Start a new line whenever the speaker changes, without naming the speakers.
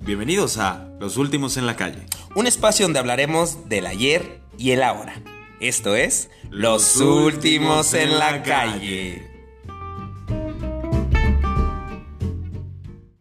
Bienvenidos a Los Últimos en la Calle.
Un espacio donde hablaremos del ayer y el ahora. Esto es Los, Últimos en la calle.